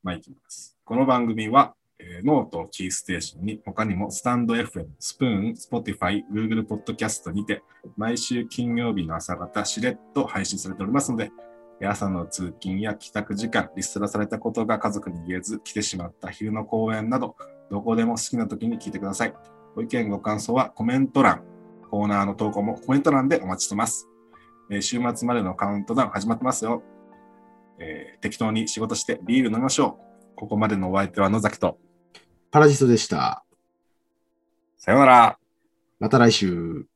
Speaker 1: まあ、いきます。この番組は、えーノートをキーステーションに、他にもスタンド FM、スプーン、スポティファイ、Google ポッドキャストにて、毎週金曜日の朝方、しれっと配信されておりますので、えー朝の通勤や帰宅時間、リストラされたことが家族に言えず、来てしまった昼の公演など、どこでも好きな時に聞いてください。ご意見、ご感想はコメント欄、コーナーの投稿もコメント欄でお待ちしてます。えー週末までのカウントダウン始まってますよ。えー適当に仕事してビール飲みましょう。ここまでのお相手は野崎と、
Speaker 2: パラジソでした。
Speaker 1: さようなら。
Speaker 2: また来週。